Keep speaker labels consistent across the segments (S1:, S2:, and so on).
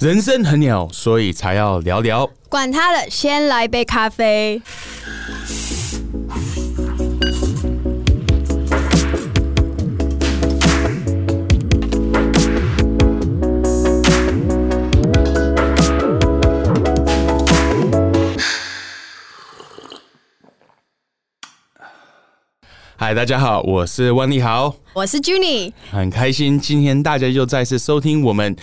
S1: 人生很鸟，所以才要聊聊。
S2: 管他的，先来杯咖啡。
S1: 嗨，大家好，我是万利豪，
S2: 我是 Junie，
S1: 很开心今天大家又再次收听我们。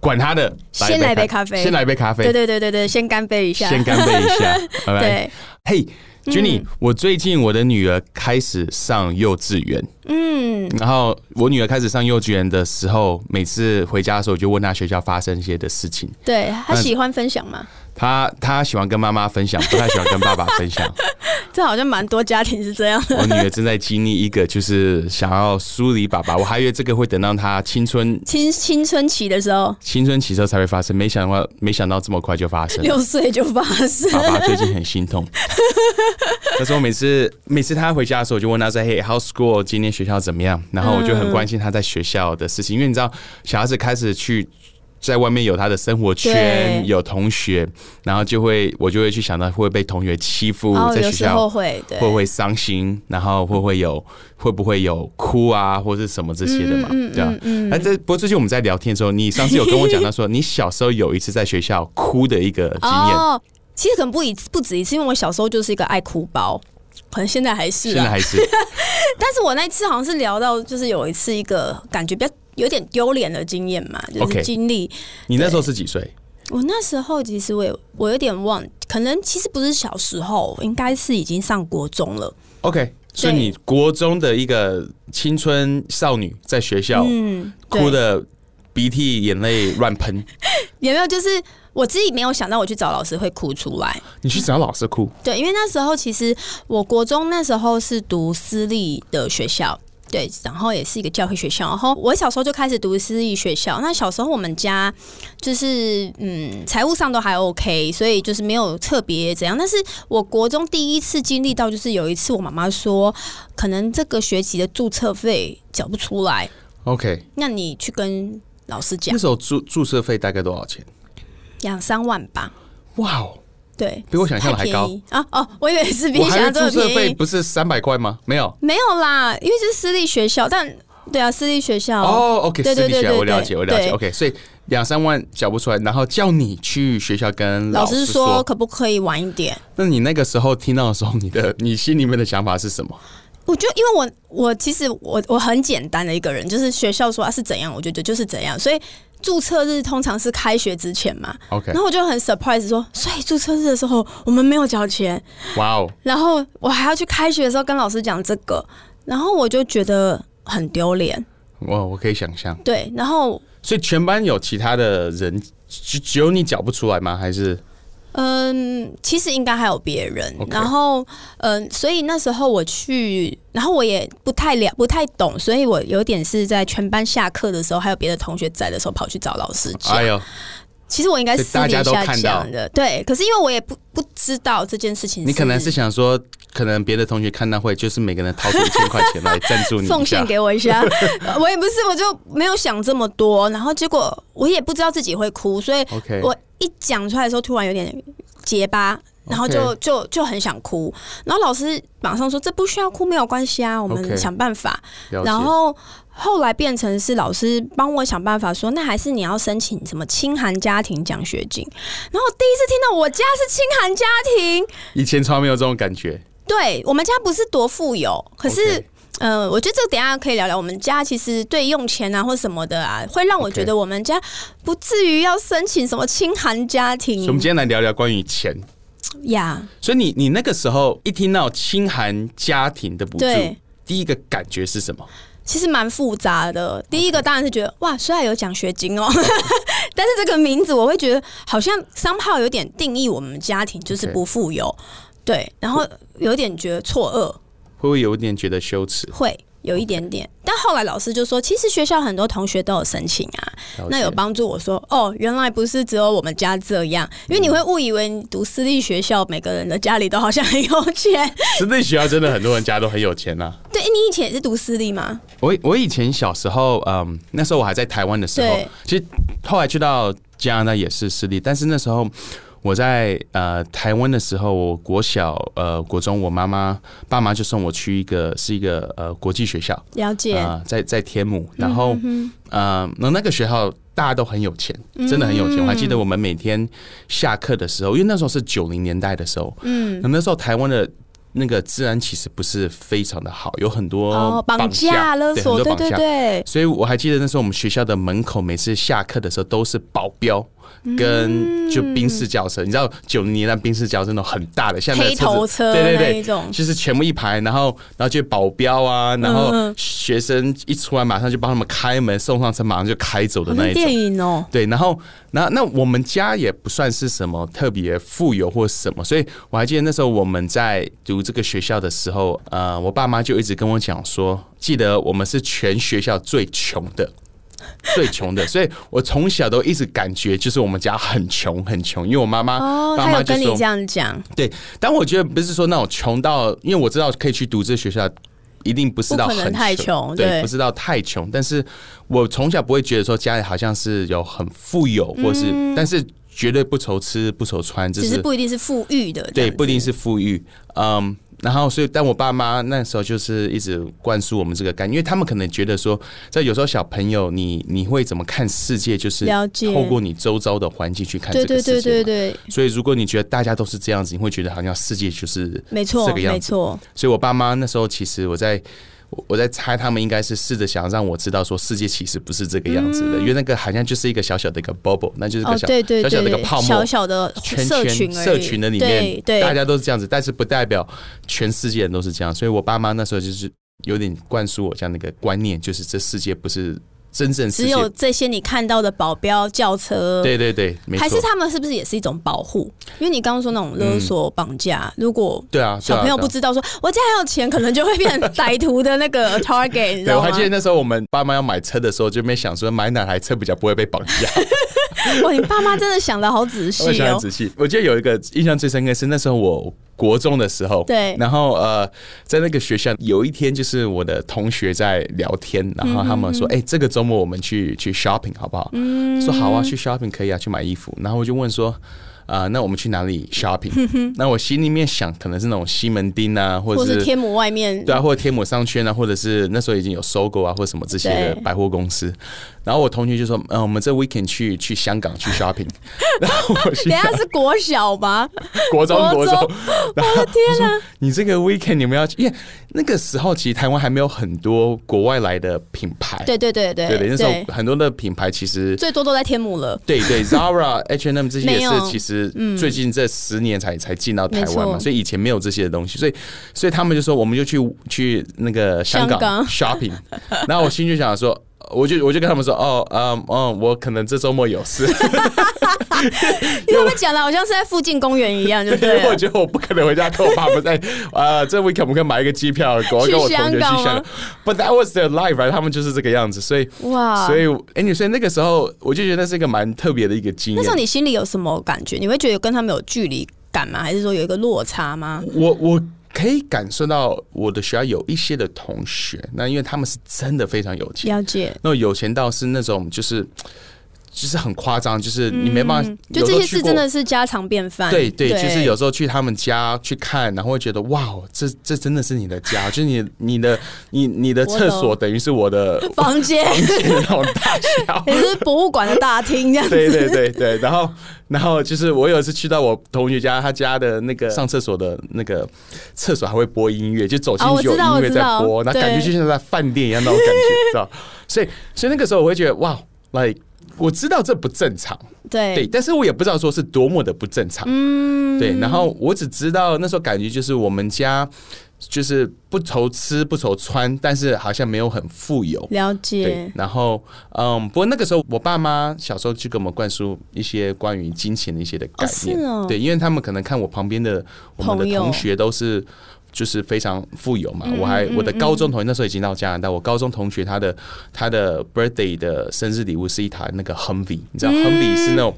S1: 管他的，
S2: 先来杯咖啡
S1: 先来杯咖啡，
S2: 对对对对对，先干杯一下。
S1: 先干杯一下，拜拜
S2: 对。嗯
S1: 嘿、j u n y 我最近我的女儿开始上幼稚园，
S2: 嗯，
S1: 然后我女儿开始上幼稚园的时候，每次回家的时候我就问她学校发生一些的事情，
S2: 对他喜欢分享嘛，
S1: 她她喜欢跟妈妈分享，不太喜欢跟爸爸分享。
S2: 这好像蛮多家庭是这样的。
S1: 我女儿正在经历一个就是想要疏离爸爸，我还以为这个会等到她青春
S2: 青青春期的时候，
S1: 青春期时候才会发生，没想到没想到这么快就发 生了。
S2: 六岁就发生。
S1: 爸爸最近很心痛。可是我每次每次他回家的时候，我就问他说：“嘿、h o w school？今天学校怎么
S2: 嗯
S1: 样？”然后我就很关心他在学校的事情，因为你知道，小孩子开始去在外面有他的生活圈，
S2: 对
S1: 有同学，然后就会我就会去想到会不会被同学欺负，
S2: 然后
S1: 在学
S2: 哦有时候
S1: 校。
S2: 会对
S1: 会不会伤心？然后会不会有会不会有哭啊，或是什么这些的嘛？
S2: 嗯
S1: 对啊。哎，这不过最近我们在聊天的时候，你上次有跟我讲到说，你小时候有一次在学校哭的一个经验，
S2: 哦，其实可能不一不止一次，因为我小时候就是一个爱哭包，可能现在还是、啊。
S1: 现在还 是
S2: 但是我那一次好像是聊到，就是有一次一个感觉比较有点丢脸的经验嘛，就
S1: OK
S2: 是经历。
S1: 你那时候是几岁？
S2: 我那时候其实我也我有点忘，可能其实不是小时候，应该是已经上国中了。
S1: OK，所以你国中的一个青春少女在学校、
S2: 嗯，
S1: 哭
S2: 对，
S1: 的鼻涕眼泪乱喷，
S2: 有没有？就是我自己没有想到，我去找老师会哭出来。
S1: 你去找老师哭，
S2: 对，因为那时候其实我国中那时候是读私立的学校。对，然后也是一个教会学校。然后我小时候就开始读私立学校。那小时候我们家就是嗯，财务上都还 OK，所以就是没有特别怎样。但是我国中第一次经历到，就是有一次我妈妈说，可能这个学期的注册费缴不出来，
S1: OK，
S2: 那你去跟老师讲
S1: 那时候注注册费大概多少钱？
S2: 两三万吧。
S1: 哇哦，
S2: 对，
S1: 比我想象的
S2: 太
S1: 还
S2: 便
S1: 高。
S2: 宜啊！哦，我以为是比
S1: 我
S2: 你想
S1: 还
S2: 象中
S1: 注册
S2: 的便
S1: 费
S2: 宜。
S1: 不是三百块吗？没有
S2: 没有啦，因为是私立学校，但对啊，私立学校
S1: 哦，OK，
S2: 对
S1: 私
S2: 对
S1: 底
S2: 对
S1: 下
S2: 对，
S1: 我了解，
S2: 对
S1: 我了解
S2: 对
S1: ，OK，所以两三万缴不出来，然后叫你去学校跟
S2: 老
S1: 师
S2: 师说，可不可以晚一点？
S1: 那你那个时候听到的时候，你的 你心里面的想法是什么？
S2: 我就因为我我其实我我很简单的一个人，就是学校说啊是怎样，我就觉得就是怎样，所以注册日通常是开学之前嘛。
S1: OK
S2: 然后我就很 surprise 说，所以注册日的时候我们没有交钱，
S1: 哇哦，
S2: 然后我还要去开学的时候跟老师讲这个，然后我就觉得很丢脸。
S1: 我我可以想象。
S2: 对，然后
S1: 所以全班有其他的人，只只有你缴不出来吗？还是
S2: 嗯，其实应该还有别人。
S1: OK
S2: 然后，嗯，所以那时候我去，然后我也不太了，不太懂，所以我有点是在全班下课的时候，还有别的同学在的时候，跑去找老师讲。
S1: 哎呦，
S2: 其实我应该
S1: 所以
S2: 私
S1: 大
S2: 底
S1: 家都
S2: 下
S1: 看到
S2: 讲的，对。可是因为我也不不知道这件事情，
S1: 你可能是想说，可能别的同学看到会，就是每个人掏出一千块钱来赞助你
S2: 奉
S1: 一
S2: 献
S1: 下。
S2: 给我一 下，呃我也不是，我就没有想这么多。然后结果我也不知道自己会哭，所以
S1: OK
S2: 我一讲出来的时候，突然有点结巴，然后就就就很想哭。然后老师马上说：“这不需要哭，没有关系啊，我
S1: OK
S2: 们想办法。
S1: 了解
S2: 然后后来变成是老师帮我想办法说，那还是你要申请什么清寒家庭奖学金。然后我第一次听到我家是清寒家庭，
S1: 以前从来没有这种感觉。
S2: 对我们家不是多富有，可是。
S1: OK
S2: 呃，我觉得这个等一下可以聊聊。我们家其实对用钱啊或什么的啊，会让我
S1: OK
S2: 觉得我们家不至于要申请什么清寒家
S1: 所
S2: 庭
S1: 以我们今天来聊聊关于钱。
S2: 呀。
S1: 所以你你那个时候一听到清寒家庭的补助
S2: 对，
S1: 第一个感觉是什么？
S2: 其实蛮复杂的。第一个当然是觉得哇，虽然有奖学金哦， 但是这个名字我会觉得好像 somehow 有点定义我们家庭就是
S1: OK
S2: 不富有，对，然后有点觉得错愕。
S1: 会不会有点觉得羞耻？
S2: 会有一点点，但后来老师就说，其实学校很多同学都有申请啊
S1: 了解，
S2: 那有帮助我说，哦，原来不是只有我们家这样，因为你会误以为你读私立学校，每个人的家里都好像很有钱。
S1: 私立学校真的很多人家都很有钱啊。
S2: 对你以前也是读私立吗？
S1: 我我以前小时候，嗯，那时候我还在台湾的时候
S2: 对，
S1: 其实后来去到加拿大也是私立，但是那时候我在呃台湾的时候，我国小呃国中，我妈妈爸妈就送我去一个是一个呃国际学校
S2: 了解，
S1: 啊、呃在在天母，
S2: 嗯
S1: 然后呃那那个学校大家都很有钱，
S2: 嗯
S1: 真的很有钱。我还记得我们每天下课的时候，因为那时候是九零年代的时候，
S2: 嗯，
S1: 那那时候台湾的。那个治安其实不是非常的好，有很多
S2: 哦，绑
S1: 架、
S2: 架勒
S1: 对
S2: 索，
S1: 很多
S2: 对
S1: 绑
S2: 对
S1: 架
S2: 对，
S1: 所以我还记得那时候我们学校的门口，每次下课的时候都是保镖
S2: 嗯
S1: 跟就宾士轿车。你知道九零年代宾士轿车那种很大的，像那个
S2: 黑
S1: 车子
S2: 头车
S1: 对
S2: 那
S1: 对
S2: 一
S1: 对，
S2: 种，
S1: 就是全部一排，然后然后就保镖啊，然
S2: 嗯
S1: 后学生一出来马上就帮他们开门送上车，马上就开走的
S2: 好
S1: 那一
S2: 像
S1: 种
S2: 电。影哦，
S1: 对，然后那那我们家也不算是什么特别富有或什么，所以我还记得那时候我们在读这个学校的时候，呃，我爸妈就一直跟我讲说，记得我们是全学校最穷的。 最穷的，所以我从小都一直感觉就是我们家很穷很穷，因为我妈妈、
S2: 哦，
S1: 爸
S2: 他
S1: 妈
S2: 有
S1: 就
S2: 跟你
S1: 说
S2: 这样讲，
S1: 对，但我觉得不是说那种穷到，因为我知道可以去读这学校，一定不是到
S2: 不可
S1: 很
S2: 能太穷
S1: 对，
S2: 对
S1: 不是到太穷。但是我从小不会觉得说家里好像是有很富有，或是、但是绝对不愁吃不愁穿，就
S2: 嗯只
S1: 是
S2: 是不一定是富裕的，
S1: 对，不一定是富裕，嗯。然后，所以，但我爸妈那时候就是一直灌输我们这个概念，因为他们可能觉得说，在有时候小朋友你，你会怎么看世界，就是
S2: 了解
S1: 透过你周遭的环境去看
S2: 对
S1: 这个
S2: 对
S1: 世界嘛。
S2: 对对对，
S1: 所以，如果你觉得大家都是这样子，你会觉得好像世界就是
S2: 没错
S1: 这个样
S2: 没
S1: 子。
S2: 错，
S1: 所以我爸妈那时候其实我在我我在猜，他们应该是试着想让我知道说世界其实不是这个样子的，因为那个好像就是一个小小的一个 bubble，那就是
S2: 嗯哦
S1: 个小、
S2: 对对
S1: 小小的
S2: 对，
S1: 一个泡沫。
S2: 小小的
S1: 圈
S2: 社
S1: 圈
S2: 群而已
S1: 社群的里面，
S2: 对
S1: 大
S2: 对，
S1: 家都是这样子，但是不代表全世界人都是这样。所以我爸妈那时候就是有点灌输我这样的一个观念，就是这世界不是真正世
S2: 只
S1: 界。
S2: 有这些你看到的保镖、轿车，
S1: 对对对，没
S2: 还是
S1: 错。
S2: 他们是不是也是一种保护？因为你刚刚说那种勒索、绑架，如果
S1: 对啊，对啊
S2: 小朋友
S1: 对啊
S2: 不知道说我家很有钱，可能就会变成歹徒的那个 target，你知
S1: 对，我
S2: 道
S1: 还
S2: 吗？
S1: 记得那时候我们爸妈要买车的时候，就没想说买哪台车比较不会被绑 架，
S2: 哇，你爸妈真的想的好仔
S1: 我
S2: 细
S1: 想
S2: 哦
S1: 很。仔细。我记得有一个印象最深刻是那时候我国中的时候，
S2: 对
S1: 然后呃，在那个学校有一天就是我的同学在聊天，然后他们
S2: 嗯
S1: 说，哎、这个周末我们去去 shopping 好不好？说好啊，去 shopping 可以啊，去买衣服。然后我就问说。啊、那我们去哪里 shopping？那我心里面想，可能是那种西门町啊，或
S2: 或
S1: 者
S2: 是天母外面，
S1: 对啊，或者天母商圈啊，或者是那时候已经有收购啊，或者什么这些的
S2: 对
S1: 百货公司。然后我同学就说：“嗯、我们这 weekend 去去香港 去 shopping。”然后我
S2: 等
S1: 心
S2: 一 下是国小吧？
S1: 国中
S2: 国
S1: 国中
S2: 中，
S1: 然后我
S2: 啊
S1: 说：“你这个 weekend 你们要去，因为那个时候其实台湾还没有很多国外来的品牌，
S2: 对对对对
S1: 对对，那时候很多的品牌其实。”
S2: 最多都在天母了。
S1: 对对，Zara、H&M 这些也
S2: 没
S1: 是
S2: 有嗯
S1: 其实最近这十年才、才进到台
S2: 没
S1: 湾嘛，
S2: 错
S1: 所以以前没有这些东西，所以所以他们就说我们就去去那个香港shopping，然后我心就想说。我就我就跟他们说，哦，嗯嗯，我可能这周末有 事，
S2: 因为他们讲的好像是在附近公园一样，就
S1: 因
S2: 对
S1: 为我
S2: 了。
S1: 觉得我不可能回家跟我爸妈在，呃，这 weekend 我们可以买一个机票，我要跟我同学去
S2: 去香港啊
S1: 香港
S2: 吗。
S1: But that was their life，right？他们就是这个样子，所以
S2: 哇
S1: 所以哎，你所以那个时候我就觉得那是一个蛮特别的一个经
S2: 那
S1: 验
S2: 时候。你心里有什么感觉？你会觉得跟他们有距离感吗？还是说有一个落差吗？
S1: 我我可以感受到我的学校有一些的同学，那因为他们是真的非常有钱，
S2: 了解，
S1: 那有钱到是那种就是就是很夸张，就是你没办法，
S2: 嗯就
S1: 有时
S2: 这
S1: 候
S2: 些
S1: 去
S2: 事
S1: 过
S2: 真的是家常便饭。
S1: 对对，就是有时候去他们家去看，然后会觉得哇，这这真的是你的家，就是你你的你你的
S2: 我
S1: 厕所
S2: 懂
S1: 等于是我的
S2: 房间，
S1: 房间的那种大小，
S2: 也是博物馆的大厅这样子。
S1: 对对对对，然后然后就是我有一次去到我同学家，他家的那 个上厕所的那个厕所还会播音乐，就走进
S2: 哦我
S1: 去有
S2: 知道
S1: 音乐
S2: 我知
S1: 在
S2: 道
S1: 播，那、
S2: 对
S1: 感觉就像在饭店一样那种感觉， 知道？所以所以那个时候我会觉得哇，like 我知道这不正常，
S2: 对
S1: 对，但是我也不知道说是多么的不正常，嗯，对。然后我只知道那时候感觉就是我们家就是不愁吃不愁穿，但是好像没有很富有，
S2: 了
S1: 对
S2: 解，。
S1: 然后，嗯，不过那个时候我爸妈小时候就给我们灌输一些关于金钱的一些的概念，
S2: 是哦
S1: 对，因为他们可能看我旁边的我们
S2: 朋
S1: 的
S2: 友嗯
S1: 同学都是。就是非常富有嘛，我还我的高中同学那时候已经到加拿大，我高中同学他的他的 birthday 的生日礼物是一台那个 Humvee，你知道 Humvee 是那种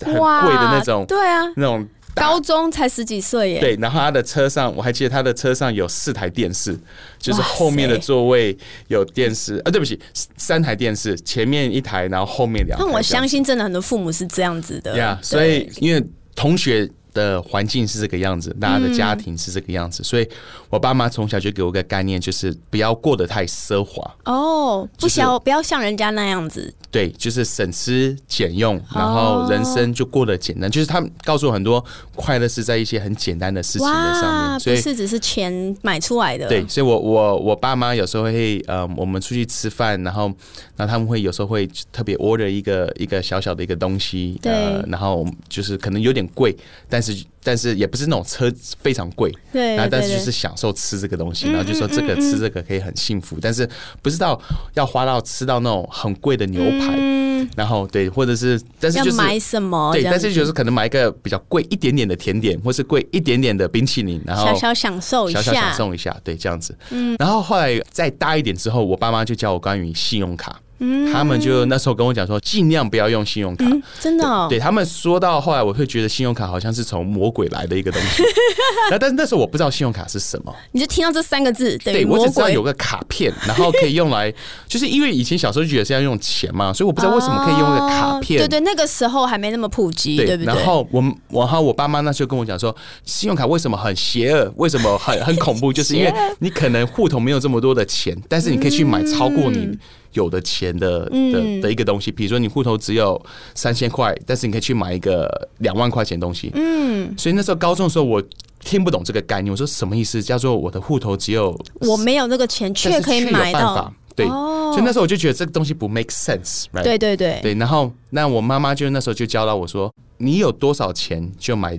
S1: 很贵的那种
S2: 对啊，
S1: 那种大。
S2: 高中才十几岁耶，
S1: 对，然后他的车上，我还记得他的车上有四台电视，就是
S2: 哇
S1: 后面的
S2: 塞
S1: 座位有电视，啊，对不起，三台电视，前面一台，然后后面两台这样
S2: 但
S1: 子。
S2: 我相信真的很多父母是这样子的。
S1: 呀
S2: 对
S1: 所以因为同学的环境是这个样子，大家的家庭是这个样
S2: 嗯
S1: 子，所以我爸妈从小就给我一个概念，就是不要过得太奢华，
S2: 哦，不
S1: 就是
S2: 要不要像人家那样子，
S1: 对，就是省吃俭用，然
S2: 哦
S1: 后人生就过得简单。就是他们告诉我很多快乐是在一些很简单的事情的上
S2: 哇，
S1: 面，
S2: 不
S1: 所以
S2: 是只是钱买出来的，
S1: 对，所以我我我爸妈有时候会，呃，我们出去吃饭，然后，然后他们会有时候会特别 order 一个一个小小的一个东西，呃，
S2: 对
S1: 然后就是可能有点贵，但是但是也不是那种车非常贵，
S2: 对
S1: 然后
S2: 对
S1: 但是
S2: 对嗯
S1: 就是享受吃这个东西，然后就说这个吃这个可以很幸福，但是不知道要花到吃到那种很贵的牛排，
S2: 嗯，
S1: 然后对，或者是但是
S2: 要
S1: 就是。
S2: 买什么？
S1: 对，
S2: 这样
S1: 但
S2: 子
S1: 是就是可能买一个比较贵一点点的甜点，或是贵一点点的冰淇淋，然后
S2: 小小享受一
S1: 小小
S2: 下嗯
S1: 享，受一下，对，这样子。然后后来再大一点之后，我爸妈就教我关于信用卡，他们就那时候跟我讲说，尽量不要用信用卡。
S2: 嗯，真的哦，
S1: 对他们说到后来，我会觉得信用卡好像是从魔鬼来的一个东 西。那但是那时候我不知道信用卡是什么，
S2: 你就听到这三个字等于
S1: 对我
S2: 魔
S1: 只知道
S2: 鬼
S1: 有个卡片，然后可以用来， 就是因为以前小时候就觉得是要用钱嘛，所以我不知道为什么可以用一个卡片。
S2: 哦对对，那个时候还没那么普及，对不对？
S1: 然后我们，然后我爸妈那时候跟我讲说，信用卡为什么很邪恶，为什么很很恐怖，就是因为你可能户头没有这么多的钱，但是你可以去买超过
S2: 嗯
S1: 你有的钱的、的的一个东西，比如说你户头只有三千块，但是你可以去买一个两万块钱的东西。嗯，所以那时候高中的时候我。听不懂这个概念，我说什么意思？叫做我的户头只有
S2: 我没有那个钱，
S1: 但
S2: 却
S1: 是
S2: 可以
S1: 有
S2: 买
S1: 办
S2: 到
S1: 法，对，
S2: 哦
S1: 所以那时候我就觉得这个东西不 make sense，right？
S2: 对对对，
S1: 对，然后那我妈妈就那时候就教导我说，你有多少钱就买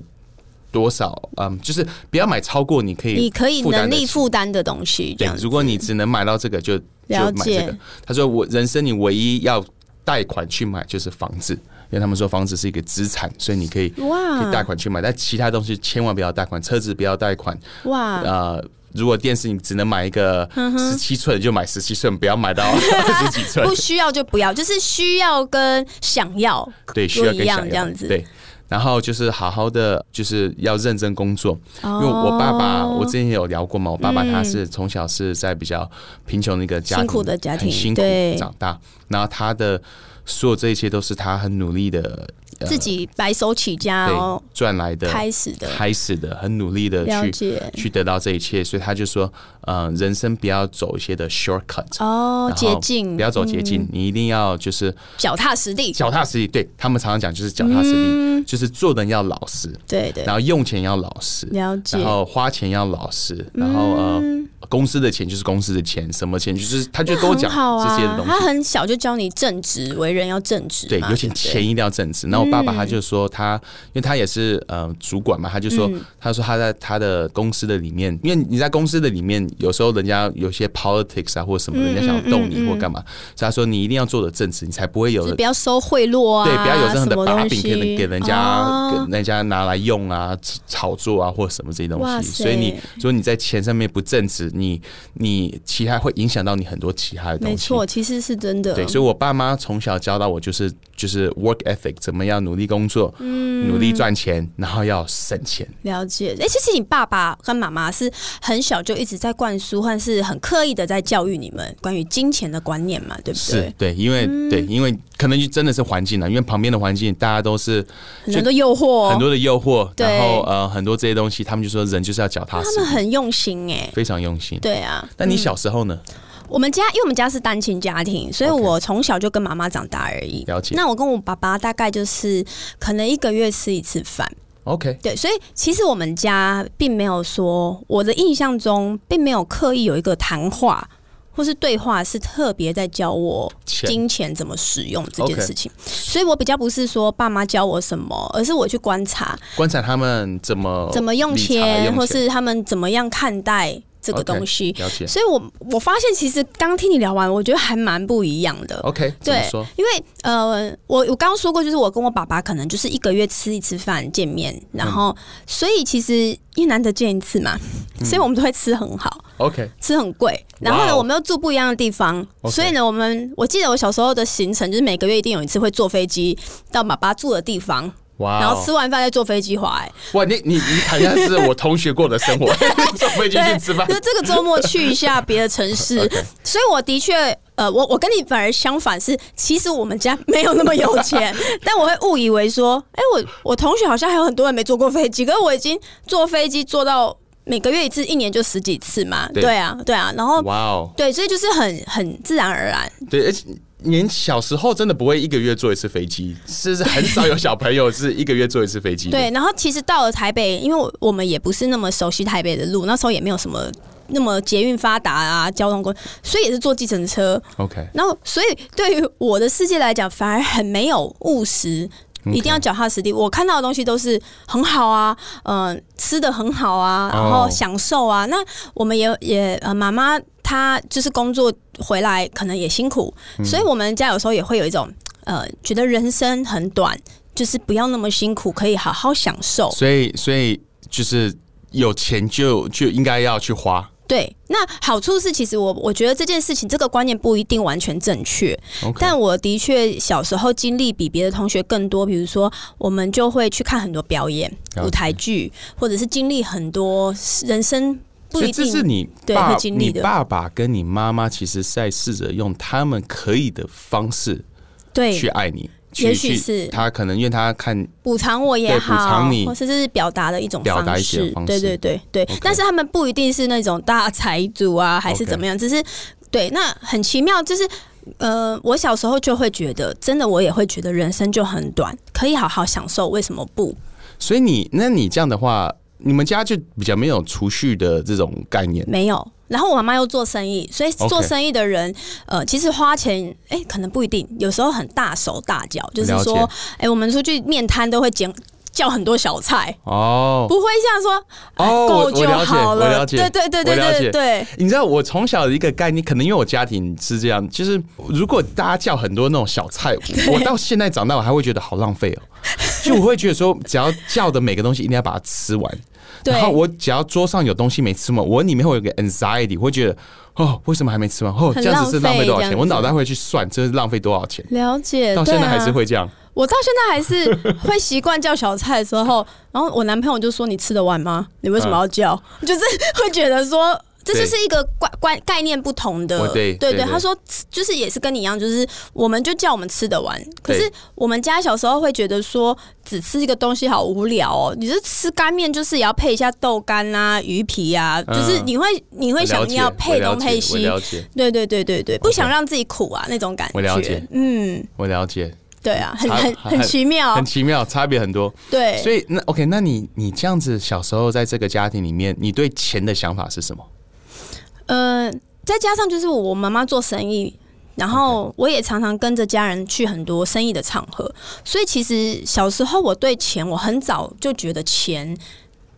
S1: 多少，嗯，就是不要买超过你可以
S2: 你可以
S1: 负担
S2: 能
S1: 得
S2: 力
S1: 起
S2: 负担的东西，这
S1: 对
S2: 样，子
S1: 如果你只能买到这个就就
S2: 了
S1: 买这个
S2: 解。
S1: 他说我人生你唯一要贷款去买就是房子，因为他们说房子是一个资产，所以你可以可以贷
S2: 哇
S1: 款去买，但其他东西千万不要贷款，车子不要贷款，
S2: 哇，
S1: 呃。如果电视你只能买一个
S2: 嗯
S1: 十七寸，就买十七寸，不要买 到二十几寸。
S2: 不需要就不要，就是需要跟想要
S1: 对，需
S2: 不
S1: 要
S2: 一
S1: 跟
S2: 样
S1: 想要
S2: 这样子。
S1: 对，然后就是好好的，就是要认真工作。因为
S2: 哦
S1: 我爸爸，我之前也有聊过嘛，我爸爸他是从小是在比较贫穷的一个家庭，
S2: 嗯辛苦的家庭
S1: 很辛苦
S2: 对
S1: 长大，然后他的所有这一切都是他很努力的，呃
S2: 自己白手起家哦
S1: 对，赚来的。
S2: 开始的
S1: 开始的很努力的
S2: 了
S1: 去
S2: 解
S1: 去得到这一切，所以他就说，呃，人生不要走一些的 shortcut，、
S2: 哦，
S1: 然
S2: 捷
S1: 后
S2: 径嗯
S1: 不，要走捷径，你一定要就是
S2: 脚踏实地，
S1: 脚踏实地，对他们常常讲就是脚踏实地，就是做人要老实，
S2: 对嗯对
S1: 然，后用钱要老实，
S2: 了解嗯
S1: 然后花钱要老实，然后呃，公司的钱就是公司的钱，什么钱就是他就跟我
S2: 很
S1: 讲
S2: 好
S1: 这
S2: 啊
S1: 些的 东，西
S2: 他，很小就教你正直，为人要正直
S1: 对，
S2: 嘛，
S1: 尤其
S2: 不
S1: 钱一定要正直。然后我爸爸他就说他，因为他也是呃主管嘛，他就
S2: 嗯
S1: 说他说他在他的公司的里面，因为你在公司的里面，有时候人家有些 politics 啊或
S2: 嗯
S1: 什么，人家想要动你或干嘛，所以他说你一定要做的正直，你才不会有
S2: 就是不要收贿赂啊，
S1: 对，不要有任何
S2: 什
S1: 的
S2: 么
S1: 把
S2: 东
S1: 柄
S2: 西
S1: 给人给人家、给
S2: 哦
S1: 人家拿来用啊、炒作啊或什么这些东
S2: 哇
S1: 西。
S2: 塞
S1: 所以你如果你在钱上面不正直，你你其他会影响到你很多其他的
S2: 没
S1: 东西。
S2: 错，其实是真的，
S1: 对，所以我爸妈从小教导我就是就是 work ethic，怎么样努力工作，
S2: 嗯
S1: 努力赚钱，然后要省钱。
S2: 了解，哎、其实你爸爸跟妈妈是很小就一直在灌输，或是很刻意的在教育你们关于金钱的观念嘛，对不嗯
S1: 是
S2: 对？
S1: 对，因为、对，因为可能就真的是环境了，啊因为旁边的环境大家都是就
S2: 很多诱惑，哦
S1: 很多的诱惑，
S2: 对
S1: 然后呃很多这些东西，他们就说人就是要脚踏
S2: 他
S1: 实
S2: 们
S1: 地，
S2: 很用心哎、
S1: 非常用心。
S2: 对啊，
S1: 那你小时候呢？
S2: 我们家因为我们家是单亲家庭，所以
S1: OK
S2: 我从小就跟妈妈长大而已。
S1: 了解
S2: 那我跟我爸爸大概就是可能一个月吃一次饭，
S1: OK，
S2: 对，所以其实我们家并没有说，我的印象中并没有刻意有一个谈话或是对话是特别在教我
S1: 钱
S2: 金钱怎么使用这件
S1: OK
S2: 事情。所以我比较不是说爸妈教我什么，而是我去观察
S1: 观察他们怎么
S2: 怎么用
S1: 哦理财
S2: 钱，
S1: 用
S2: 或是他们怎么样看待这个东西。
S1: OK，了解
S2: 所以我我发现其实刚听你聊完，我觉得还蛮不一样的。
S1: OK，怎么
S2: 对
S1: 说，
S2: 因为呃，我我刚刚说过，就是我跟我爸爸可能就是一个月吃一次饭见面，然后、
S1: 嗯
S2: 所以其实因为难得见一次嘛，所以我们都会吃很好，
S1: OK
S2: 吃很贵。然
S1: 嗯
S2: 后
S1: 哇
S2: 呢，
S1: 哦
S2: 我们又住不一样的地方
S1: OK
S2: 所以呢，我们我记得我小时候的行程就是每个月一定有一次会坐飞机到爸爸住的地方。
S1: 哇哦
S2: 然后吃完饭再坐飞机回来。
S1: 哇，你你你好像是我同学过的生活， 坐飞机去吃饭
S2: 就。这个周末去一下别的城 市
S1: OK
S2: 所以我的确，呃，我我跟你反而相反是，其实我们家没有那么有钱， 但我会误以为说，哎、我我同学好像还有很多人没坐过飞机，可是我已经坐飞机坐到每个月一次，一年就十几次嘛，
S1: 对
S2: 对啊，对啊，然后
S1: 哇哦，
S2: 对，所以就是很很自然而然，
S1: 对，而且年小时候真的不会一个月坐一次飞机，是是很少有小朋友是一个月坐一次飞机的。
S2: 对，然后其实到了台北，因为我我们也不是那么熟悉台北的路，那时候也没有什么那么捷运发达啊，交通工具，所以也是坐计程车。
S1: ，OK，
S2: 然后，所以对于我的世界来讲，反而很没有务实。一定要脚踏实地。我看到的东西都是很好啊，嗯、吃的很好啊，然后
S1: 哦
S2: 享受啊。那我们也也呃，妈妈她就是工作回来可能也辛苦，
S1: 嗯
S2: 所以我们家有时候也会有一种呃，觉得人生很短，就是不要那么辛苦，可以好好享受。
S1: 所以所以就是有钱就就应该要去花。
S2: 对，那好处是，其实我我觉得这件事情这个观念不一定完全正确，
S1: OK，
S2: 但我的确小时候经历比别的同学更多，比如说我们就会去看很多表演、
S1: 了解
S2: 舞台剧，或者是经历很多人生不
S1: 所
S2: 一
S1: 以这
S2: 定
S1: 是你
S2: 对
S1: 爸
S2: 会经历
S1: 你
S2: 的
S1: 爸爸跟你妈妈其实在试着用他们可以的方式
S2: 对
S1: 去爱你。去
S2: 哎也许
S1: 去
S2: 是
S1: 他可能因为他看
S2: 补偿我也
S1: 对
S2: 好，
S1: 补偿你
S2: 或者是表达的一种
S1: 表达
S2: 方
S1: 一些
S2: 式，
S1: 方
S2: 对
S1: 式
S2: 对对对。
S1: OK
S2: 但是他们不一定是那种大财主啊，还是
S1: OK
S2: 怎么样只是对，那很奇妙，就是。呃，我小时候就会觉得，真的，我也会觉得人生就很短，可以好好享受，为什么不？
S1: 所以你，那你这样的话，你们家就比较没有储蓄的这种概念。
S2: 没有。然后我妈妈又做生意，所以
S1: OK
S2: 做生意的人呃，其实花钱，哎、可能不一定，有时候很大手大脚，就是
S1: 了解
S2: 说，哎、我们出去面摊都会捡叫很多小菜，
S1: 哦
S2: 不会像说哎
S1: 哦，我
S2: 够
S1: 我
S2: 就
S1: 了解，
S2: 好
S1: 我了解，
S2: 对对对对
S1: 我了
S2: 对
S1: 解。
S2: 对，
S1: 你知道我从小的一个概念，可能因为我家庭是这样，就是如果大家叫很多那种小菜， 我到现在长大我还会觉得好浪费哦。就我会觉得说，只要叫的每个东西一定要把它吃完，
S2: 对
S1: 然后我只要桌上有东西没吃完，我里面会有一个 anxiety，会觉得哦，为什么还没吃完？哦，这
S2: 很
S1: 样子是
S2: 浪
S1: 浪费
S2: 费
S1: 多少
S2: 这
S1: 钱？
S2: 样子
S1: 我脑袋会去算这是浪费多少钱，
S2: 了解。
S1: 到现在
S2: 对啊
S1: 还是会这样。
S2: 我到现在还是 会习惯叫小菜的时候，然后我男朋友就说：“你吃得完吗？你为什
S1: 嗯
S2: 么要叫？”就是会觉得说。这就是一个观观概念不同的
S1: 我，对
S2: 对
S1: 对对
S2: 他说就是也是跟你一样，就是我们就叫我们吃得完，可
S1: 对
S2: 是我们家小时候会觉得说只吃一个东西好无聊哦，你是吃干面就是也要配一下豆干啊、鱼皮啊，
S1: 嗯
S2: 就是你会你会想
S1: 了解
S2: 要配
S1: 我了
S2: 东
S1: 解
S2: 配
S1: 我
S2: 西，
S1: 了解，
S2: 对对对对对，不想让自己苦啊那种感
S1: 我了解
S2: 觉，嗯，
S1: 我了解，
S2: 对啊，很
S1: 差
S2: 很
S1: 还
S2: 很奇妙
S1: 很，奇妙，差别很多。
S2: 对，
S1: 所以那 OK，那你你这样子小时候在这个家庭里面，你对钱的想法是什么？
S2: 呃，再加上就是我妈妈做生意，然后我也常常跟着家人去很多生意的场合，所以其实小时候我对钱，我很早就觉得钱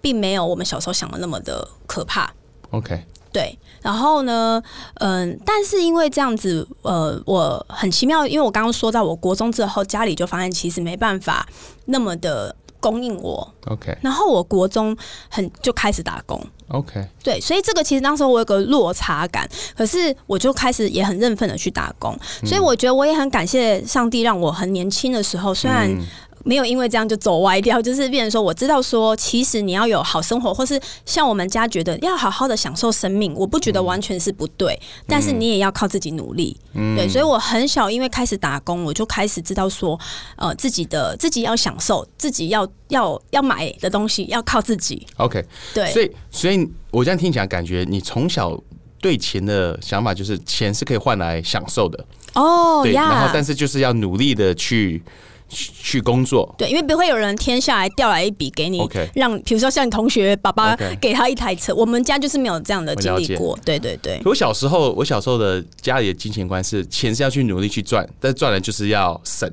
S2: 并没有我们小时候想的那么的可怕。
S1: OK，
S2: 对，然后呢，嗯、但是因为这样子，呃，我很奇妙，因为我刚刚说到，我国中之后家里就发现其实没办法那么的供应我，
S1: OK
S2: 然后我国中很就开始打工，
S1: OK，
S2: 对，所以这个其实当时我有个落差感，可是我就开始也很认份的去打工，
S1: 嗯
S2: 所以我觉得我也很感谢上帝，让我很年轻的时候，虽然
S1: 嗯
S2: 没有因为这样就走歪掉，就是变成说我知道说，其实你要有好生活，或是像我们家觉得要好好的享受生命，我不觉
S1: 嗯
S2: 得完全是不对，但是你也要靠自己努力，
S1: 嗯
S2: 对，所以我很小因为开始打工，我就开始知道说，呃，自己的自己要享受，自己要要要买的东西要靠自己，
S1: OK，
S2: 对，
S1: 所以所以我这样听起来，感觉你从小对钱的想法就是钱是可以换来享受的，
S2: 哦
S1: 对，
S2: 呀。
S1: 然后但是就是要努力的去去去工作。
S2: 对，因为不会有人天下来掉来一笔给你
S1: OK
S2: 让比如说像你同学爸爸
S1: OK
S2: 给他一台车，我们家就是没有这样的经
S1: 我了
S2: 历
S1: 解
S2: 过。对对对，
S1: 我小时候，我小时候的家里的金钱观是钱是要去努力去赚，但是赚来就是要省，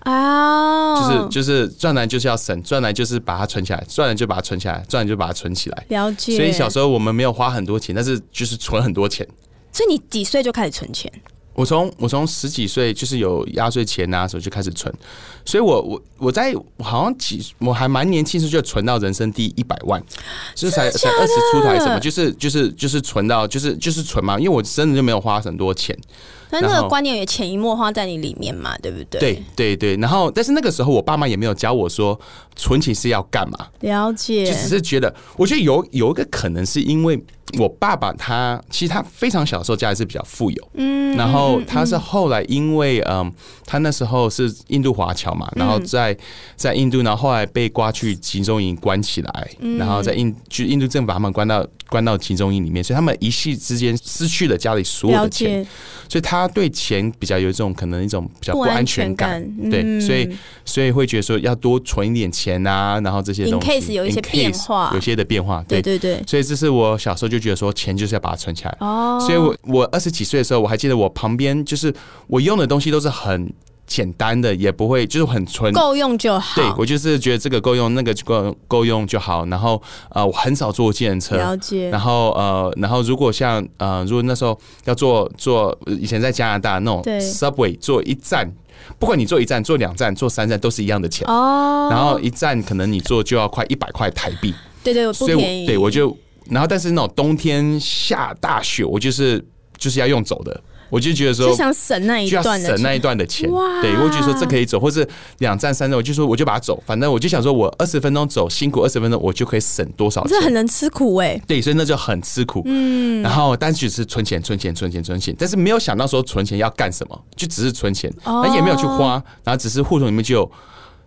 S2: 啊
S1: 就是就是赚来就是要省，赚来就是把它存起来，赚来就把它存起来，赚来就把它存起来。
S2: 了解。
S1: 所以小时候我们没有花很多钱，但是就是存很多钱。
S2: 所以你几岁就开始存钱？
S1: 我从我从十几岁就是有压岁钱呐、啊，时候就开始存，所以我我我在我好像几我还蛮年轻时候就存到人生第一百万，就是才才二十出头还是什么，就是就是就是存到就是就是存嘛，因为我真的就没有花很多钱。
S2: 但那
S1: 然
S2: 个
S1: 后
S2: 观念也潜移默化在你里面嘛，对不对？
S1: 对，对对，然后但是那个时候我爸妈也没有教我说存钱是要干嘛，
S2: 了
S1: 就
S2: 解。
S1: 只是觉得，我觉得有有一个可能是因为我爸爸他其实他非常小的时候家里是比较富有，嗯，然后他是后来因为嗯，他那时候是印度华侨嘛，然后在在印度，然后后来被刮去集中营关起来，然后在印就印度政府把他们关到关到集中营里面，所以他们一夕之间失去了家里所有
S2: 了
S1: 的钱，
S2: 解，
S1: 所以他对钱比较有一种可能一种比较
S2: 不
S1: 不
S2: 安
S1: 安
S2: 全
S1: 全感，
S2: 感嗯
S1: 对，所以所以会觉得说要多存一点钱啊，然后这些
S2: In
S1: 东西
S2: case 有一些
S1: in case
S2: 变化
S1: 有些的变化，
S2: 对
S1: 对。
S2: 对对，
S1: 所以这是我小时候就觉得说钱就是要把它存起来，
S2: 哦，
S1: 所以我我二十几岁的时候，我还记得我旁边就是我用的东西都是很简单的，也不会就是很纯。
S2: 够用就好。
S1: 对，我就是觉得这个够用，那个就够够用就好。然后呃，我很少坐计程车，
S2: 了解
S1: 然。后呃，然后如果像呃，如果那时候要坐坐呃以前在加拿大那种
S2: 对
S1: subway 坐一站，不管你坐一站、坐两站、坐三站，都是一样的钱。
S2: 哦，
S1: 然后一站可能你坐就要快一百块台币，
S2: 对对，呃不
S1: 所以
S2: 便宜。
S1: 我对我就，然后但是那种冬天下大雪，我就是就是要用走的，我就觉得说
S2: 就想省那一
S1: 就要
S2: 段的
S1: 省那一
S2: 钱，
S1: 段的钱
S2: 哇，
S1: 对，我就说这可以走，或是两站三站，我就说我就把它走，反正我就想说我二十分钟走，辛苦二十分钟，我就可以省多少
S2: 这
S1: 钱
S2: 很。能吃苦哎。
S1: 对，所以那就很吃苦。嗯，然后但只是存钱、存钱、存钱、存钱，但是没有想到说存钱要干什么，就只是存钱，
S2: 哦
S1: 那、也没有去花，然后只是户头里面就有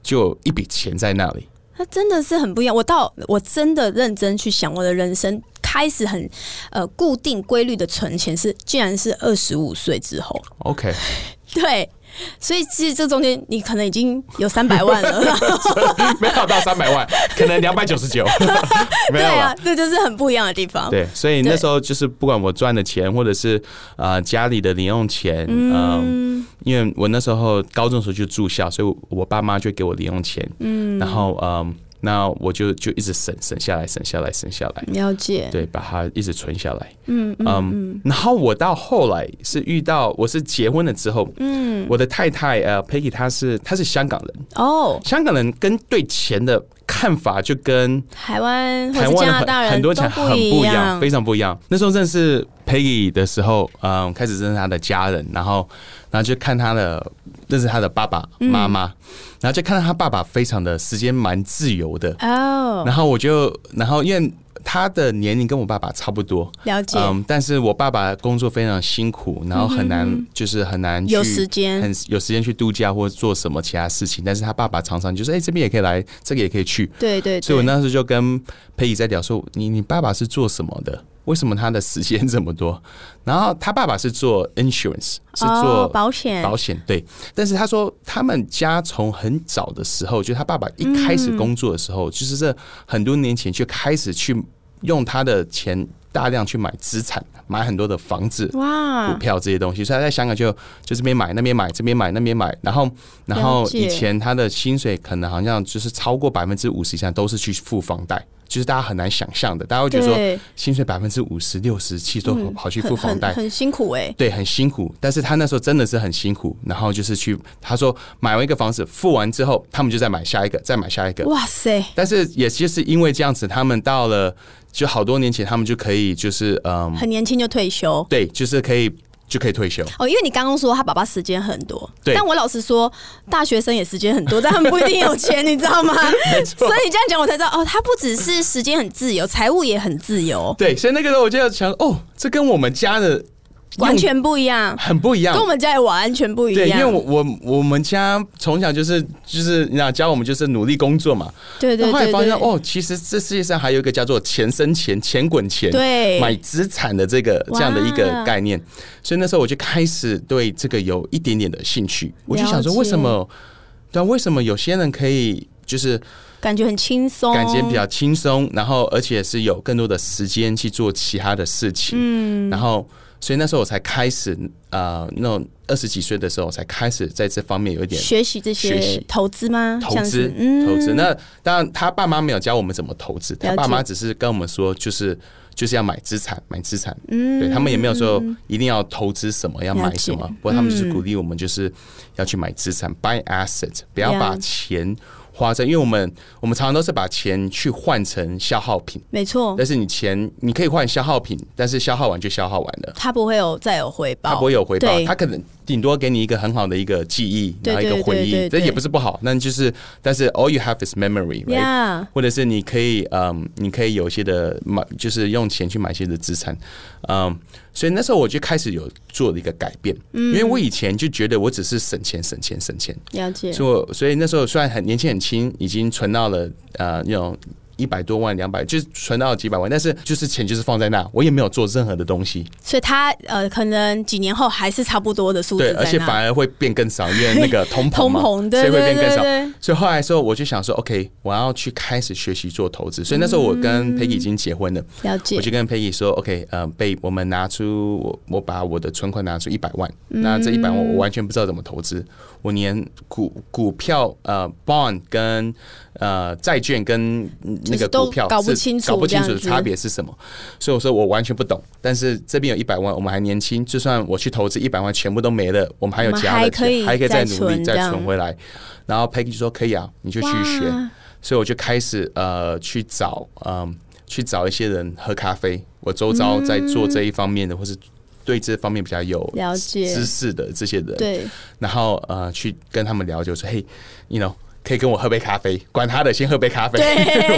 S1: 就有一笔钱在那里。
S2: 它真的是很不一样。我到我真的认真去想我的人生，开始很呃固定规律的存钱是，竟然是二十五岁之后，
S1: OK，
S2: 对。所以其实这中间你可能已经有三百万了，
S1: 没有到三百万，可能两百九十 九， 没
S2: 对
S1: 有
S2: 啊
S1: 了。，
S2: 这就是很不一样的地方。
S1: 对，所以
S2: 对
S1: 那时候就是不管我赚的钱，或者是呃家里的零用钱，嗯、因为我那时候高中的时候就住校，所以我我爸妈就给我零用钱，嗯，然后嗯、那我就就一直省省下来，省下来，省下来，
S2: 了解，
S1: 对，把它一直存下来。嗯嗯然后我到后来是遇到，我是结婚了之后，嗯，我的太太呃 Peggy 她是她是香港人，
S2: 哦，
S1: 香港人跟对钱的看法就跟
S2: 台湾或
S1: 台
S2: 者
S1: 湾
S2: 加
S1: 的
S2: 拿大
S1: 很
S2: 人
S1: 很多
S2: 都
S1: 钱很不
S2: 一
S1: 一样，非常不一样。那时候认识 Peggy 的时候，嗯，开始认识她的家人，然后然后就看她的认识她的爸爸妈妈，
S2: 嗯
S1: 然后就看到她爸爸非常的时间蛮自由的，
S2: 哦，
S1: 然后我就，然后因为他的年龄跟我爸爸差不多，
S2: 了解，嗯
S1: 嗯，但是我爸爸工作非常辛苦，然后很难，就是很难去
S2: 有时间
S1: 很有时间去度假或做什么其他事情。但是他爸爸常常就是，哎、这边也可以来，这个也可以去。
S2: 对对
S1: 所以我
S2: 对，
S1: 那时候就跟佩仪在聊说，你你爸爸是做什么的？为什么他的时间这么多？然后他爸爸是做 insurance，是做
S2: 哦保险，
S1: 保险对，但是他说他们家从很早的时候，就他爸爸一开始工作的时
S2: 嗯
S1: 候，就是这很多年前就开始去用他的钱大量去买资产，买很多的房子、股
S2: 哇，
S1: 票这些东西，所以他在香港就就这边买那边买这边买那边买，然后然后
S2: 了解
S1: 以前他的薪水可能好像就是超过百分之五十以上都是去付房贷，就是大家很难想象的，大家会觉得说
S2: 对，嗯
S1: 薪水百分之五十六十七都跑去付
S2: 很
S1: 房
S2: 很
S1: 贷，
S2: 很辛苦哎，
S1: 对，很辛苦，但是他那时候真的是很辛苦，然后就是去，他说买完一个房子，付完之后，他们就再买下一个，再买下一个，
S2: 哇塞，
S1: 但是也就是因为这样子，他们到了就好多年前，他们就可以就是嗯，
S2: 很年轻就退休，
S1: 对，就是可以就可以退休，
S2: 哦，因为你刚刚说他爸爸时间很多，
S1: 对
S2: 但我老实说，大学生也时间很多，但他们不一定有钱， 你知道吗？所以你这样讲，我才知道哦，他不只是时间很自由，财务也很自由，
S1: 对，所以那个时候我就要想，哦，这跟我们家的
S2: 完全不一样，
S1: 很不一样
S2: 跟我，们家也完全不一
S1: 嗯
S2: 样。
S1: 对，因为我我我们家从小就是就是你知道教我们就是努力工作嘛，
S2: 对对
S1: 那后来
S2: 对
S1: 发
S2: 对
S1: 现哦，其实这世界上还有一个叫做钱生钱、钱滚钱，
S2: 对
S1: 买资产的这个
S2: 哇
S1: 这样的一个概念。所以那时候我就开始对这个有一点点的兴趣，我就想说
S2: 了解
S1: 为什么？对啊，为什么有些人可以就是
S2: 感觉很轻松，
S1: 感觉比
S2: 哦
S1: 较轻松，然后而且是有更多的时间去做其他的事情，嗯，然后。所以那时候我才开始啊、呃那种二十几岁的时候我才开始在这方面有一点
S2: 学习这
S1: 学
S2: 些
S1: 习
S2: 投资吗？
S1: 投
S2: 像
S1: 资
S2: 是，嗯，
S1: 投资。那当然，他爸妈没有教我们怎么投资，
S2: 了
S1: 他
S2: 解
S1: 爸妈只是跟我们说，就是就是要买资产，买资产。
S2: 嗯
S1: 对他们也没有说一定要投资什么，要
S2: 了
S1: 买
S2: 解嗯
S1: 什么。不过他们就是鼓励我们，就是要去买资产、b u y asset，不要把
S2: Yeah
S1: 钱花在，因为我们我们常常都是把钱去换成消耗品，
S2: 没错，
S1: 但是你钱你可以换消耗品，但是消耗完就消耗完了。
S2: 它不会有再有回报，
S1: 他不会有回报，
S2: 对
S1: 他可能顶多给你一个很好的一个记忆，
S2: 对
S1: 然后一个
S2: 对
S1: 回
S2: 对
S1: 忆
S2: 对，
S1: 这
S2: 对
S1: 也不是不好，那就是但是 all you have is memory，right？
S2: 呀，
S1: 或者是你可以，嗯，你可以有一些的买，就是用钱去买一些的资产，嗯，所以那时候我就开始有做了一个改变，
S2: 嗯
S1: 因为我以前就觉得我只是省钱、省钱、省钱，
S2: 了解，
S1: 所以我所以那时候虽然很年轻很轻，已经存到了呃那种一百多万、两百，就是存到了几百万，但是就是钱就是放在那，我也没有做任何的东西，
S2: 所以它呃，可能几年后还是差不多的数字
S1: 对，
S2: 在那，
S1: 而且反而会变更少，因为那 个通膨
S2: 通
S1: 嘛，
S2: 膨，
S1: 所
S2: 对
S1: 以会
S2: 对
S1: 变更
S2: 对
S1: 少。
S2: 对，
S1: 所以后来的时候，我就想说，OK，我要去开始学习做投资。所以那时候我
S2: 嗯
S1: 跟 Peggy 已经结婚了，
S2: 了解
S1: 我，就跟 Peggy 说，OK，呃，Babe，我们拿出我我把我的存款拿出一百万，那这一百万
S2: 嗯
S1: 我完全不知道怎么投资，我连股股票呃 bond 跟呃债券跟那
S2: 是
S1: 个
S2: 都
S1: 股票
S2: 搞不
S1: 是
S2: 清楚
S1: 搞不清楚
S2: 这
S1: 的
S2: 样子
S1: 差别是什么，所以我说我完全不懂。但是这边有一百万，我们还年轻，就算我去投资一百万全部都没了，我们还有
S2: 我们
S1: 家
S2: 还
S1: 的
S2: 可以
S1: 钱，还可以
S2: 再
S1: 再努力
S2: 存
S1: 再
S2: 这样
S1: 存回来。然后 Peggy 就说可以啊，你就去学。
S2: 哇
S1: 所以我就开始呃去找嗯、去找一些人喝咖啡，我周遭在做这一方面的，或是对这方面比较有
S2: 嗯了解
S1: 知识的这些人，
S2: 对，
S1: 然后呃去跟他们聊，就说嘿，you know。可以跟我喝杯咖啡，管他的，先喝杯咖啡。
S2: 对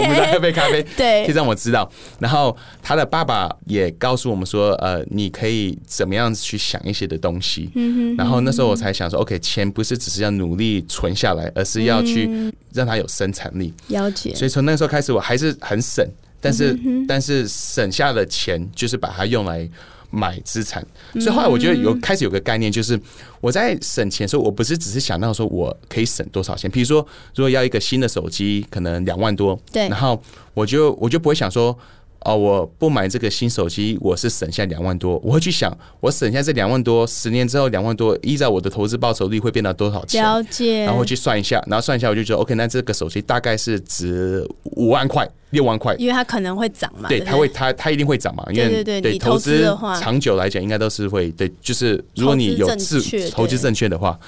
S1: 我们再喝杯咖啡，
S2: 对
S1: 可以让我知道。然后他的爸爸也告诉我们说，呃，你可以怎么样去想一些的东西。
S2: 嗯
S1: 然后那时候我才想说，OK，钱不是只是要努力存下来，而是要
S2: 嗯
S1: 去让它有生产力。
S2: 了解，
S1: 所以从那时候开始，我还是很省，但是、
S2: 嗯
S1: 但是省下的钱就是把它用来买资产。
S2: 嗯
S1: 所以后来我觉得有开始有个概念，就是我在省钱的时候，我不是只是想到说我可以省多少钱。比如说，如果要一个新的手机，可能两万多，
S2: 对
S1: 然后我就我就不会想说。哦，我不买这个新手机，我是省下两万多。我会去想，我省下这两万多，十年之后两万多，依照我的投资报酬率会变到多少钱？
S2: 了解，
S1: 然后去算一下，然后算一下，我就觉得 OK，那这个手机大概是值五万块、六万块，
S2: 因为它可能会涨嘛，
S1: 对，
S2: 不
S1: 它会它它一定会涨嘛，因
S2: 啊对
S1: 为
S2: 对对你投
S1: 投
S2: 资
S1: 资
S2: 的话
S1: 长久来讲应该都是会对，就是如果你有
S2: 投资
S1: 自
S2: 正确
S1: 投资
S2: 对
S1: 正确的话，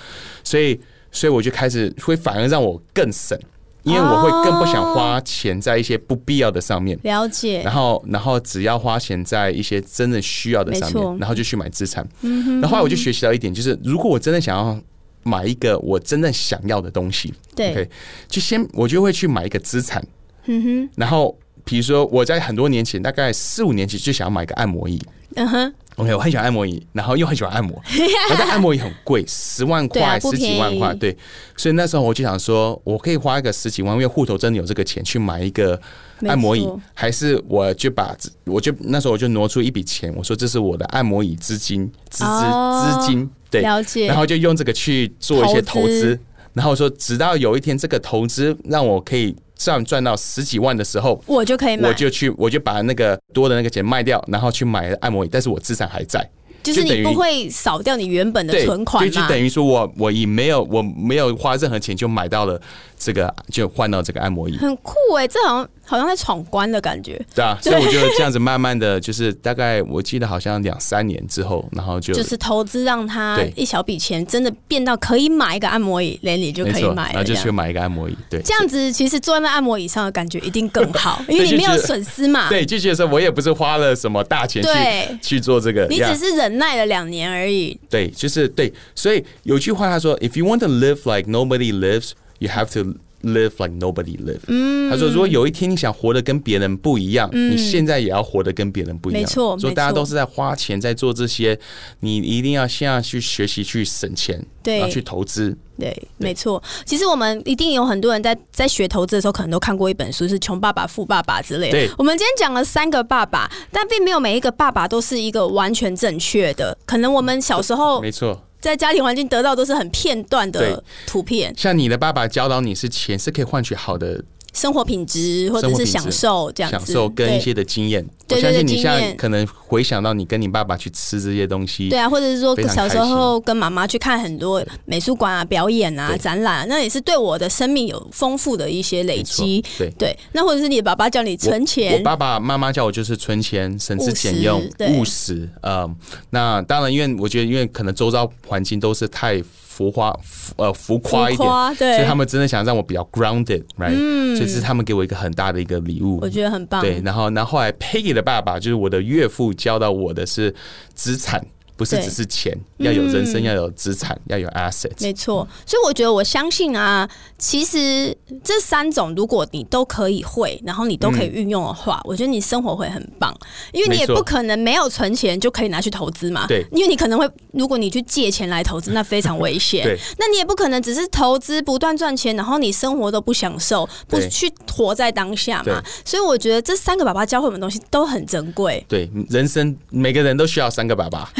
S1: 所以所以我就开始会反而让我更省，因为我会更不想花钱在一些不必要的上面。
S2: 了解
S1: 然，后，然后只要花钱在一些真的需要的上
S2: 没错嗯
S1: 面，然后就去买资产。然后后来我就学习到一点，就是如果我真的想要买一个我真的想要的东西，
S2: 对，
S1: OK，就先我就会去买一个资产，
S2: 嗯哼，
S1: 然后比如说我在很多年前，大概四五年前就想要买一个按摩椅。
S2: 嗯哼，
S1: OK，我很喜欢按摩椅，然后又很喜欢按摩， 然后但按摩椅很贵，十万
S2: 对
S1: 块、
S2: 啊不
S1: 十几万块，对，所以那时候我就想说，我可以花一个十几万，因为户头真的有这个钱去买一个按摩
S2: 没
S1: 椅
S2: 错，
S1: 还是我就把我就那时候我就挪出一笔钱，我说这是我的按摩椅资金资
S2: 哦
S1: 资资金，对，
S2: 了解
S1: 然后就用这个去做一些
S2: 投
S1: 投
S2: 资
S1: 资，然后说直到有一天这个投资让我可以赚赚到十几万的时候，
S2: 我就可以买
S1: 我，就去我就把那个多的那个钱卖掉，然后去买按摩椅，但是我资产还在。
S2: 就是
S1: 就等
S2: 你
S1: 于
S2: 不会少掉你原本的
S1: 对，
S2: 存款
S1: 就
S2: 嘛
S1: 就，等于说我我以没有我没有花任何钱就买到了这个，就换到这个按 摩椅，
S2: 很酷哎，这好像好像在闯关的感觉，
S1: 对啊，所以我就这样子慢慢的就是大概我记得好像两三年之后，然后就
S2: 就是投资让它
S1: 对
S2: 一小笔钱真的变到可以买一个按摩椅，连你就
S1: 没
S2: 可以
S1: 错，
S2: 买
S1: 然
S2: 了
S1: 后
S2: 这
S1: 就
S2: 样
S1: 去。买一个按摩椅，对，
S2: 这样子其实坐在那按摩椅上的感觉一定 更好，因为你没有损失嘛。
S1: 对，就觉得说我也不是花了什么大钱
S2: 啊对
S1: 去去做这个，
S2: 你
S1: yeah
S2: 只是忍耐了两年而已。
S1: 对，就是对，所以有句话他说，If you want to live like nobody lives, you have to live like nobody live。嗯，他说，如果有一天你想活得跟别人不一样，你现在也要活得跟别人不一样。
S2: 嗯没错
S1: 所
S2: 没
S1: 以大家
S2: 错
S1: 都是在花钱在做这些，你一定要先要去学习去省钱，
S2: 对
S1: 然后去投资。
S2: 对，没错。其实我们一定有很多人在在学投资的时候，可能都看过一本书，是《穷爸爸富爸爸》之类的。
S1: 对
S2: 我们今天讲了三个爸爸，但并没有每一个爸爸都是一个完全正确的。可能我们小时候
S1: 没错，
S2: 在家庭环境得到都是很片段的
S1: 对
S2: 图片，
S1: 像你的爸爸教导你是钱是可以换取好的
S2: 生活品质或者
S1: 生活
S2: 是
S1: 品质
S2: 哦享受这样子，
S1: 享受跟
S2: 对
S1: 一些的经验，我
S2: 对
S1: 相
S2: 对
S1: 信
S2: 对
S1: 你
S2: 经
S1: 现在
S2: 验
S1: 可能回想到你跟你爸爸去吃这些东西，
S2: 对啊，或者是说
S1: 非常
S2: 小时
S1: 开心
S2: 候跟妈妈去看很多美术馆啊、表演啊
S1: 对、
S2: 展览啊，那也是对我的生命有丰富的一些累
S1: 没错
S2: 积。
S1: 对。
S2: 对，那或者是你的爸爸叫你存
S1: 我
S2: 钱，
S1: 爸爸妈妈叫我就是存钱、省吃俭
S2: 务
S1: 用
S2: 实、对
S1: 务实。嗯，那当然，因为我觉得，因为可能周遭环境都是太浮夸、浮呃浮夸一点，
S2: 夸对嗯
S1: 所以他们真的想让我比较 grounded，right？、所以这是他们给我一个很大的一个礼物
S2: 我。觉得很棒。
S1: 对，然后，然后后来 Peggy 的爸爸就是我的岳父教到我的是资产，不是
S2: 对嗯
S1: 只是钱，要有人生，要有资产，要有 assets。
S2: 没错，所以我觉得我相信啊，其实这三种如果你都可以会，然后你都可以运用的话，我觉得你生活会很棒，因为你
S1: 嗯没
S2: 也
S1: 错
S2: 不可能没有存钱就可以拿去投资嘛。
S1: 对
S2: 因为你可能会，如果你去借钱来投资，那非常危 险。
S1: 对，
S2: 那你也不可能只是投资不断赚钱，然后你生活都不享受，不
S1: 对
S2: 去活在当下
S1: 对，
S2: 嘛。所以我觉得这三个爸爸教会我们的东西都很珍贵
S1: 对，人生每个人都需要三个爸爸，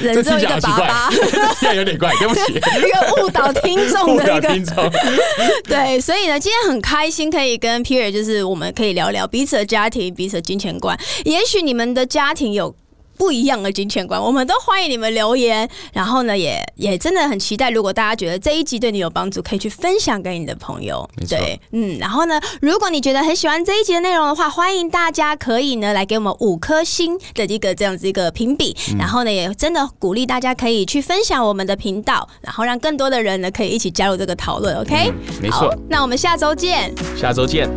S2: 人
S1: 这
S2: 只有
S1: 听起来好
S2: 一个
S1: 奇
S2: 爸
S1: 怪
S2: 爸，，
S1: 这听起来有点怪，对不起。
S2: 一个误导听众
S1: 误
S2: 的
S1: 导
S2: 一个
S1: 听众，
S2: 对，所以呢，今天很开心可以跟 Peter，就是我们可以聊聊彼此的家庭、彼此的金钱观。也许你们的家庭有。不一样的金钱观，我们都欢迎你们留言。然后呢，也也真的很期待，如果大家觉得这一集对你有帮助，可以去分享给你的朋友
S1: 没。错
S2: 对，嗯，然后呢，如果你觉得很喜欢这一集的内容的话，欢迎大家可以呢来给我们五颗星的一个这样子一个评比。
S1: 嗯
S2: 然后呢，也真的鼓励大家可以去分享我们的频道，然后让更多的人呢可以一起加入这个讨论。OK，哎
S1: 没错
S2: 好，那我们下周见。
S1: 下周见，